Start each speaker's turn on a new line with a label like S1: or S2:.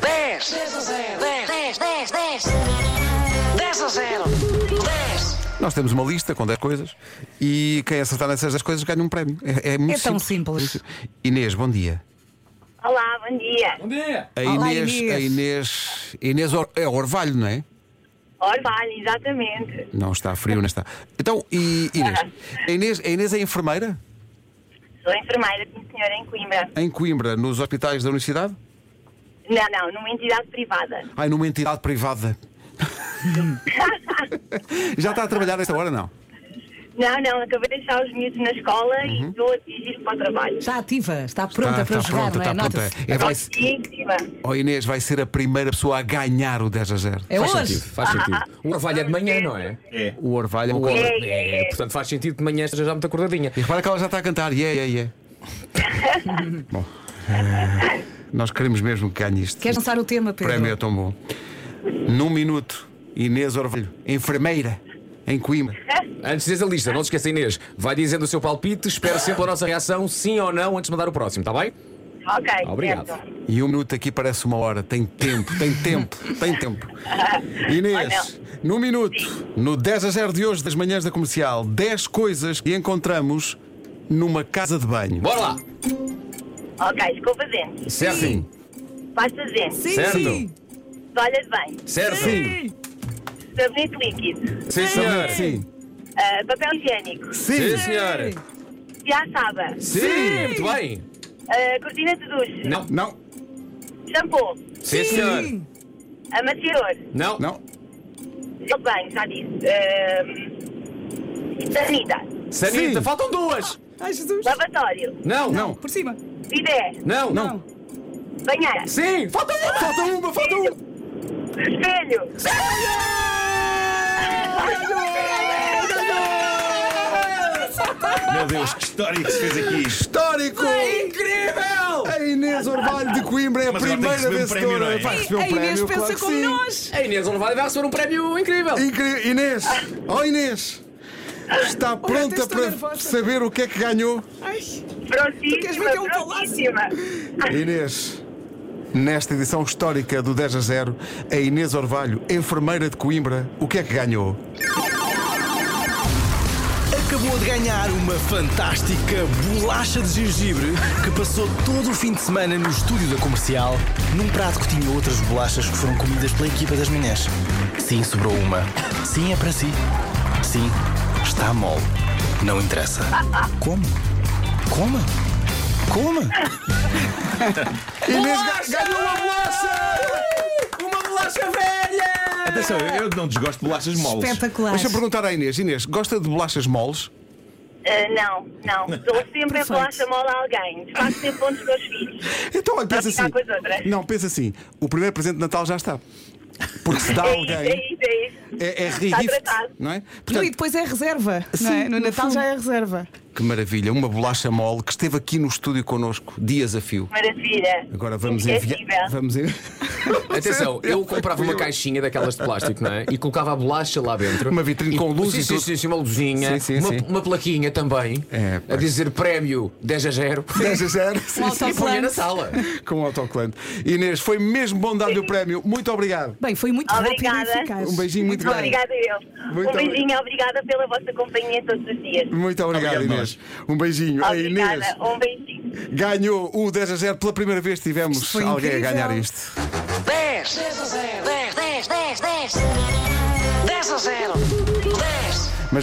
S1: 10, 10 a 0, 10, 10, 10, 10, 10 a 0, 10.
S2: Nós temos uma lista com 10 coisas e quem acertar nessas 10 coisas ganha um prémio. É, é muito
S3: É tão simples.
S2: Inês, bom dia.
S4: Olá, bom dia.
S5: Bom dia!
S2: A
S3: Olá,
S2: Inês,
S3: Inês.
S2: A Inês, Inês Or- é Orvalho, não é?
S4: Orvalho, exatamente.
S2: Não está frio, não está. Então, e Inês? A Inês, a Inês é enfermeira?
S4: Sou enfermeira com o senhor em Coimbra.
S2: Em Coimbra, nos hospitais da universidade?
S4: Não, não, numa entidade privada.
S2: Ai, numa entidade privada. Já está a trabalhar nesta hora, não?
S4: Não, não, acabei de deixar os miúdos na escola e estou a dirigir para o trabalho.
S3: Está ativa, está pronta
S2: está,
S3: para
S2: está
S3: jogar,
S2: Tá, pronta,
S3: não é?
S2: está pronta.
S3: Nota-se.
S2: É, vai,
S4: Ótima.
S2: oh Inês, vai ser a primeira pessoa a ganhar o 10 a 0.
S3: É
S5: Faz
S3: hoje.
S5: sentido, faz sentido. O orvalho é de manhã, não é?
S2: O Orvalho é um
S5: O
S2: colo-
S5: orvalho- é, é, portanto faz sentido que de manhã esteja já muito acordadinha.
S2: E repara que ela já está a cantar, yeah, yeah, yeah. bom, eh, nós queremos mesmo que ganhe isto.
S3: Queres lançar o tema,
S2: o
S3: Pedro?
S2: prémio é tão bom. Num minuto, Inês Orvalho, enfermeira, em Coimbra.
S5: Antes de dizer a lista, não te esqueça, Inês, vai dizendo o seu palpite, espero sempre a nossa reação, sim ou não, antes de mandar o próximo, está bem?
S4: Ok,
S5: Obrigado.
S4: certo.
S2: E um minuto aqui parece uma hora. Tem tempo, tem tempo, tem tempo. Inês, num minuto, no 10 a 0 de hoje das manhãs da comercial, 10 coisas que encontramos numa casa de banho.
S5: Bora lá!
S4: Ok, escova de dentes,
S5: Certo!
S2: Sim,
S4: pasta de dentes,
S3: Sim,
S5: Certo.
S3: sim.
S4: toalha de banho,
S5: Certo!
S2: sim,
S4: sabonete líquido,
S5: Sim, senhor!
S2: sim,
S4: ah, papel higiênico,
S2: sim,
S5: Sim, senhor!
S4: piaçaba,
S5: Sim! Muito bem!
S4: ah, cortina de duche,
S5: Não!
S2: Não,
S4: shampoo,
S5: Sim, senhor!
S3: Sim.
S4: amaciador,
S5: Não!
S2: não,
S4: gel de banho, já disse, ah, sanita,
S5: Sanita,
S2: Sim.
S5: faltam duas!
S3: Ai, Jesus.
S4: lavatório,
S5: Não!
S2: não,
S3: Por cima.
S4: bidé,
S5: Não!
S2: não.
S4: banheira,
S5: Sim! Falta uma!
S2: Falta uma, falta uma.
S4: espelho.
S6: Meu Deus, que história é que se fez aqui.
S2: Histórico!
S5: Incrível!
S2: A Inês Orvalho de Coimbra é a
S6: Mas agora tem que
S2: primeira
S6: receber um
S2: vencedora.
S6: prémio, não é?
S2: Vai receber um
S3: A Inês
S2: prémio,
S3: pensa
S2: claro que
S3: como
S2: sim.
S3: nós.
S5: A Inês Olvalho vai receber um prémio incrível!
S2: Incrível. Inês, oh Inês, está pronta
S3: estou
S2: para
S3: nervosa.
S2: saber o que é que ganhou?
S3: Ai, Tu queres
S4: Prontíssima,
S3: ver que é um palácio?
S4: prontíssima.
S2: Inês, nesta edição histórica do 10 a 0, a Inês Orvalho, enfermeira de Coimbra, o que é que ganhou?
S7: Acabou de ganhar uma fantástica bolacha de gengibre que passou todo o fim de semana no estúdio da comercial, num prato que tinha outras bolachas que foram comidas pela equipa das manhãs. Sim, sobrou uma. Sim, é para si. Sim, está mole. Não interessa. Como? Coma? Coma?
S2: Inês ga- ganhou uma bolacha!
S5: Uma bolacha velha!
S6: Atenção, eu eu não desgosto de bolachas moles.
S3: Espetacular.
S2: Deixa eu perguntar à Inês. Inês, gosta de bolachas moles?
S4: Ah, não, não. Dou sempre a
S3: Perfeito.
S4: bolacha mole a alguém. Faço sempre bom dos meus filhos.
S2: Então, olha, pensa
S4: Vai ficar
S2: assim.
S4: com as outras.
S2: Não, pensa assim. O primeiro presente de Natal já está. Porque se dá
S4: É isso, é
S2: alguém.
S4: isso, é isso.
S2: É, é
S4: Está
S2: regift,
S4: tratado.
S2: não é?
S3: Não,
S2: Portanto,
S3: e depois é reserva. não
S2: Sim,
S3: é?
S2: no
S3: No Natal
S2: fundo.
S3: já é reserva.
S2: Que maravilha, uma bolacha mole que esteve aqui no estúdio connosco, dias a fio.
S4: Maravilha.
S2: Agora vamos
S4: Inesquecível.
S2: enviar. Vamos en-
S5: Atenção, eu comprava uma caixinha daquelas de plástico, não é? E colocava a bolacha lá dentro.
S2: Uma vitrine
S5: E-
S2: com luz
S5: sim,
S2: e
S5: sim,
S2: tudo.
S5: sim, sim, uma luzinha.
S2: Sim, sim,
S5: uma,
S2: sim.
S5: uma plaquinha também.
S2: É, pá.
S5: a dizer prémio 10 a 0.
S2: 10 a 0. sim,
S3: Um
S5: E punha na
S3: autocolante.
S5: sala.
S2: Com o autoclante. Inês, foi mesmo bom dar-lhe o prémio. Muito obrigado.
S3: Bem, foi muito rápido e
S4: Obrigada.
S3: eficaz.
S2: Um beijinho muito grande.
S4: Obrigada eu.
S2: Muito
S4: um beijinho, obrigada pela vossa companhia todos os dias.
S2: Muito obrigado,
S6: Obrigado,
S2: Inês. Um beijinho. A Inês
S4: Obrigada, um beijinho.
S2: ganhou o 10 a 0. Pela primeira vez tivemos
S3: foi
S2: alguém a
S3: incrível.
S2: ganhar isto.
S1: 10, 10 a 0, 10, 10, 10, 10, 10 a 0, 10.